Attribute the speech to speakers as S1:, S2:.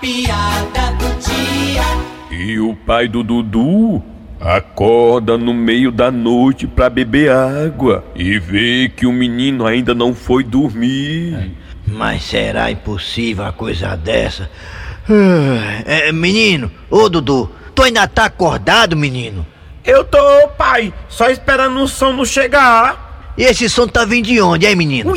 S1: piada do dia.
S2: E o pai do Dudu acorda no meio da noite pra beber água e vê que o menino ainda não foi dormir.
S3: Mas será impossível uma coisa dessa? Ah, é, menino, ô Dudu, tu ainda tá acordado, menino?
S4: Eu tô, pai, só esperando o sono chegar.
S3: E esse som tá vindo de onde, hein, menino?